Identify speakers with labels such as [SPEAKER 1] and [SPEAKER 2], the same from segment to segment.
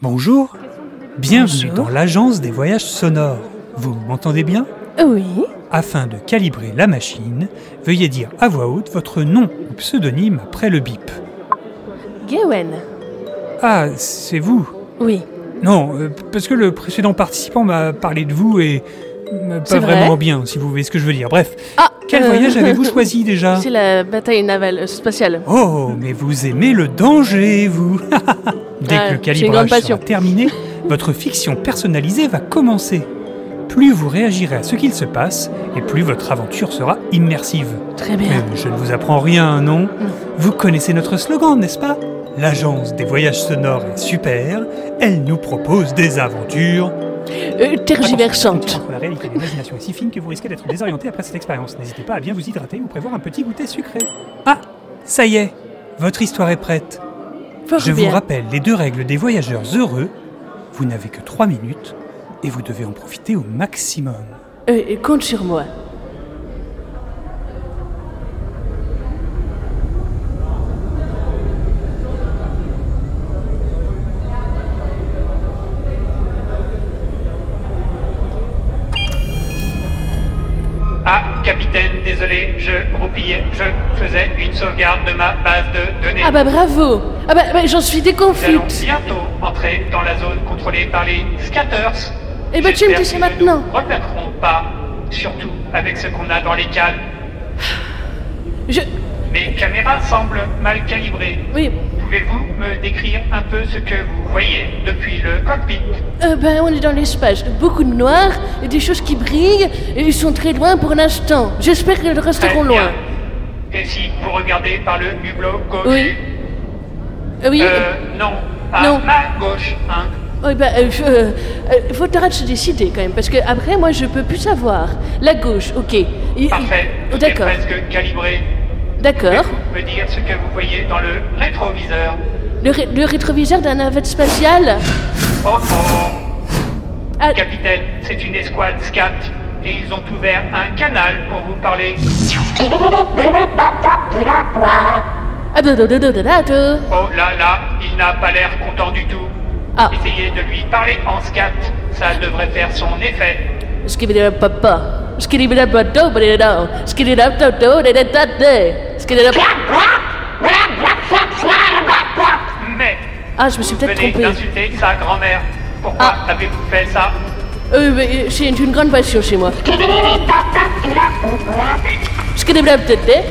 [SPEAKER 1] Bonjour, bienvenue dans l'agence des voyages sonores. Vous m'entendez bien
[SPEAKER 2] Oui.
[SPEAKER 1] Afin de calibrer la machine, veuillez dire à voix haute votre nom ou pseudonyme après le bip.
[SPEAKER 2] Gawen.
[SPEAKER 1] Ah, c'est vous
[SPEAKER 2] Oui.
[SPEAKER 1] Non, euh, parce que le précédent participant m'a parlé de vous et euh, pas
[SPEAKER 2] C'est vrai
[SPEAKER 1] vraiment bien, si vous voyez ce que je veux dire. Bref,
[SPEAKER 2] Ah
[SPEAKER 1] quel
[SPEAKER 2] euh,
[SPEAKER 1] voyage avez-vous hein choisi déjà
[SPEAKER 2] C'est la bataille navale euh, spatiale.
[SPEAKER 1] Oh, mais vous aimez le danger, vous Dès
[SPEAKER 2] Ouais,
[SPEAKER 1] que le
[SPEAKER 2] j'ai une
[SPEAKER 1] calibrage sera
[SPEAKER 2] grande passion.
[SPEAKER 1] terminé, votre fiction personnalisée va commencer. Plus vous réagirez à ce qu'il se passe, et plus votre aventure sera immersive.
[SPEAKER 2] Très
[SPEAKER 1] Mais
[SPEAKER 2] bien.
[SPEAKER 1] je ne vous apprends rien, non Vous connaissez notre slogan, n'est-ce pas L'agence des voyages sonores est super, elle nous propose des aventures.
[SPEAKER 2] Euh, tergiversante.
[SPEAKER 1] Attention, La réalité de l'imagination est si fine que vous risquez d'être désorienté après cette expérience. N'hésitez pas à bien vous hydrater ou prévoir un petit goûter sucré. Ah, ça y est, votre histoire est prête.
[SPEAKER 2] Fort
[SPEAKER 1] Je
[SPEAKER 2] bien.
[SPEAKER 1] vous rappelle les deux règles des voyageurs heureux. Vous n'avez que trois minutes et vous devez en profiter au maximum.
[SPEAKER 2] Euh, compte sur moi.
[SPEAKER 3] Ah, capitaine, désolé, je roupillais, je faisais une sauvegarde de ma base de données.
[SPEAKER 2] Ah bah bravo Ah bah, bah, j'en suis
[SPEAKER 3] Nous allons
[SPEAKER 2] déconfite
[SPEAKER 3] bientôt entrer dans la zone contrôlée par les scatters.
[SPEAKER 2] Eh ben, tu me
[SPEAKER 3] J'espère
[SPEAKER 2] dis ça
[SPEAKER 3] qu'ils
[SPEAKER 2] maintenant.
[SPEAKER 3] Ne nous repéreront pas, surtout avec ce qu'on a dans les cales.
[SPEAKER 2] Je...
[SPEAKER 3] Mes caméras semblent mal calibrées.
[SPEAKER 2] Oui.
[SPEAKER 3] Pouvez-vous me décrire un peu ce que vous voyez depuis le cockpit
[SPEAKER 2] Euh, ben on est dans l'espace. Beaucoup de noir, et des choses qui brillent, et ils sont très loin pour l'instant. J'espère qu'ils
[SPEAKER 3] Très
[SPEAKER 2] resteront
[SPEAKER 3] bien.
[SPEAKER 2] loin.
[SPEAKER 3] Et si vous regardez par le hublot gauche
[SPEAKER 2] Oui. Euh, oui.
[SPEAKER 3] Euh, non. À
[SPEAKER 2] Non.
[SPEAKER 3] ma gauche, hein.
[SPEAKER 2] Oui, bah, euh, je- euh, euh, faudra se décider quand même, parce que après, moi, je peux plus savoir. La gauche, ok. Et-
[SPEAKER 3] Parfait.
[SPEAKER 2] et-
[SPEAKER 3] Tout est
[SPEAKER 2] D'accord,
[SPEAKER 3] presque calibré.
[SPEAKER 2] d'accord.
[SPEAKER 3] Pouvez-vous me dire ce que vous voyez dans le rétroviseur
[SPEAKER 2] Le, ré- le rétroviseur d'un navette spatiale
[SPEAKER 3] Oh oh
[SPEAKER 2] Ah,
[SPEAKER 3] Capitaine, c'est une escouade SCAT et ils ont ouvert un canal pour vous parler.
[SPEAKER 2] ah, do- do- do- do- do- da- do.
[SPEAKER 3] Oh là là, il n'a pas l'air content du tout.
[SPEAKER 2] Ah.
[SPEAKER 3] Essayez de lui parler en SCAT, ça devrait faire son effet.
[SPEAKER 2] Skibidi-da-pa-pa. Skibidi-da-ba-do-ba-di-da-do. Skibidi-da-do-do-da-da-da-da. Skibidi-da-
[SPEAKER 3] Mais
[SPEAKER 2] Ah, je me suis peut-être
[SPEAKER 3] venez
[SPEAKER 2] trompée.
[SPEAKER 3] d'insulter sa grand-mère. Pourquoi
[SPEAKER 2] Ah.
[SPEAKER 3] avez-vous fait ça
[SPEAKER 2] Euh, mais, euh, c'est une, une grande passion chez moi. Skibidi-da-da-da.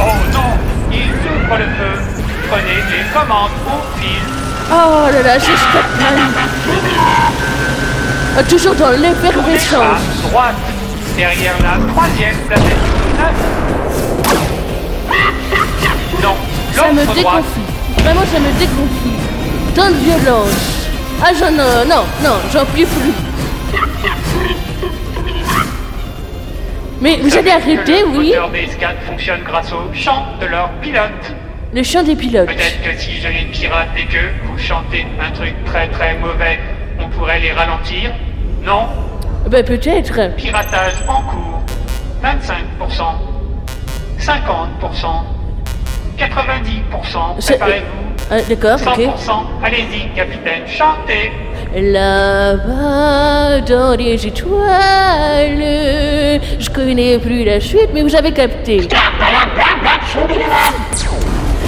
[SPEAKER 3] Oh non, ils ouvrent le feu. Prenez les commandes au fil.
[SPEAKER 2] Oh là là, c'est Scotman. Ah, toujours dans l'effervescence.
[SPEAKER 3] À droite, derrière la troisième planète. Non,
[SPEAKER 2] Ça me
[SPEAKER 3] l'autre droite.
[SPEAKER 2] déconfie. Vraiment, ça me déconfie. Tant de violence. Ah, j'en... euh, non, non, j'en peux plus. Mais vous allez arrêter,
[SPEAKER 3] que le
[SPEAKER 2] oui
[SPEAKER 3] moteur des escadres fonctionne grâce au chant de leur pilote.
[SPEAKER 2] Le chant des pilotes.
[SPEAKER 3] Peut-être que si je les pirate et que vous chantez un truc très très mauvais, on pourrait les ralentir. Non,
[SPEAKER 2] Ben peut-être.
[SPEAKER 3] piratage en cours. 25%, 50%, 90%,
[SPEAKER 2] Ça-
[SPEAKER 3] préparez-vous.
[SPEAKER 2] Ah, D'accord, ok.
[SPEAKER 3] 100%, allez-y capitaine, chantez
[SPEAKER 2] Là-bas dans les étoiles, je connais plus la suite, mais vous avez capté.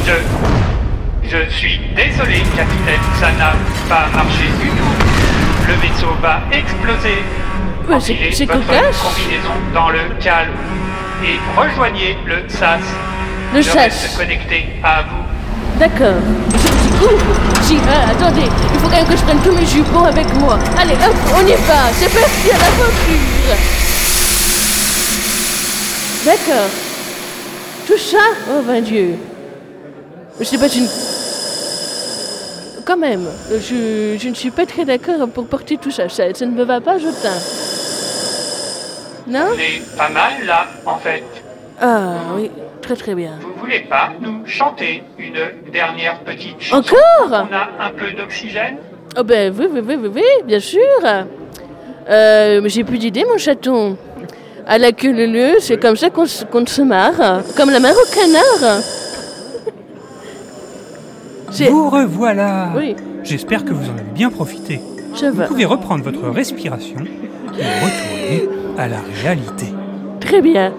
[SPEAKER 3] Je... Je suis désolé, capitaine, ça n'a pas marché du tout. Le vaisseau va exploser.
[SPEAKER 2] Ouais,
[SPEAKER 3] Enfilez
[SPEAKER 2] c'est- c'est
[SPEAKER 3] votre
[SPEAKER 2] cocasse.
[SPEAKER 3] combinaison dans le calme et rejoignez le SAS.
[SPEAKER 2] Le
[SPEAKER 3] Je reste
[SPEAKER 2] SAS.
[SPEAKER 3] connecté à vous.
[SPEAKER 2] D'accord. Ouh Si, ah, attendez, il faut quand même que je prenne tous mes jupons avec moi. Allez, hop, on y va, c'est parti à l'aventure D'accord. Tout ça Oh, ben Dieu. Je sais pas, une... Quand même, je, je ne suis pas très d'accord pour porter tout ça. Ça, ça ne me va pas, je teins. Non
[SPEAKER 3] On est pas mal là, en fait.
[SPEAKER 2] Ah, oui, très très bien.
[SPEAKER 3] Vous voulez pas nous chanter une dernière petite chanson
[SPEAKER 2] Encore
[SPEAKER 3] On a un peu d'oxygène
[SPEAKER 2] Oh ben oui, oui, oui, oui, oui, bien sûr. Euh, mais j'ai plus d'idée, mon chaton. À la queue leu, c'est comme ça qu'on se, qu'on se marre. Comme la mare au canard. J'ai-
[SPEAKER 1] Vous revoilà
[SPEAKER 2] Oui. Bah.
[SPEAKER 1] J'espère que vous en avez bien profité.
[SPEAKER 2] Je
[SPEAKER 1] Vous
[SPEAKER 2] vois.
[SPEAKER 1] pouvez reprendre votre respiration et retourner à la réalité.
[SPEAKER 2] Très bien.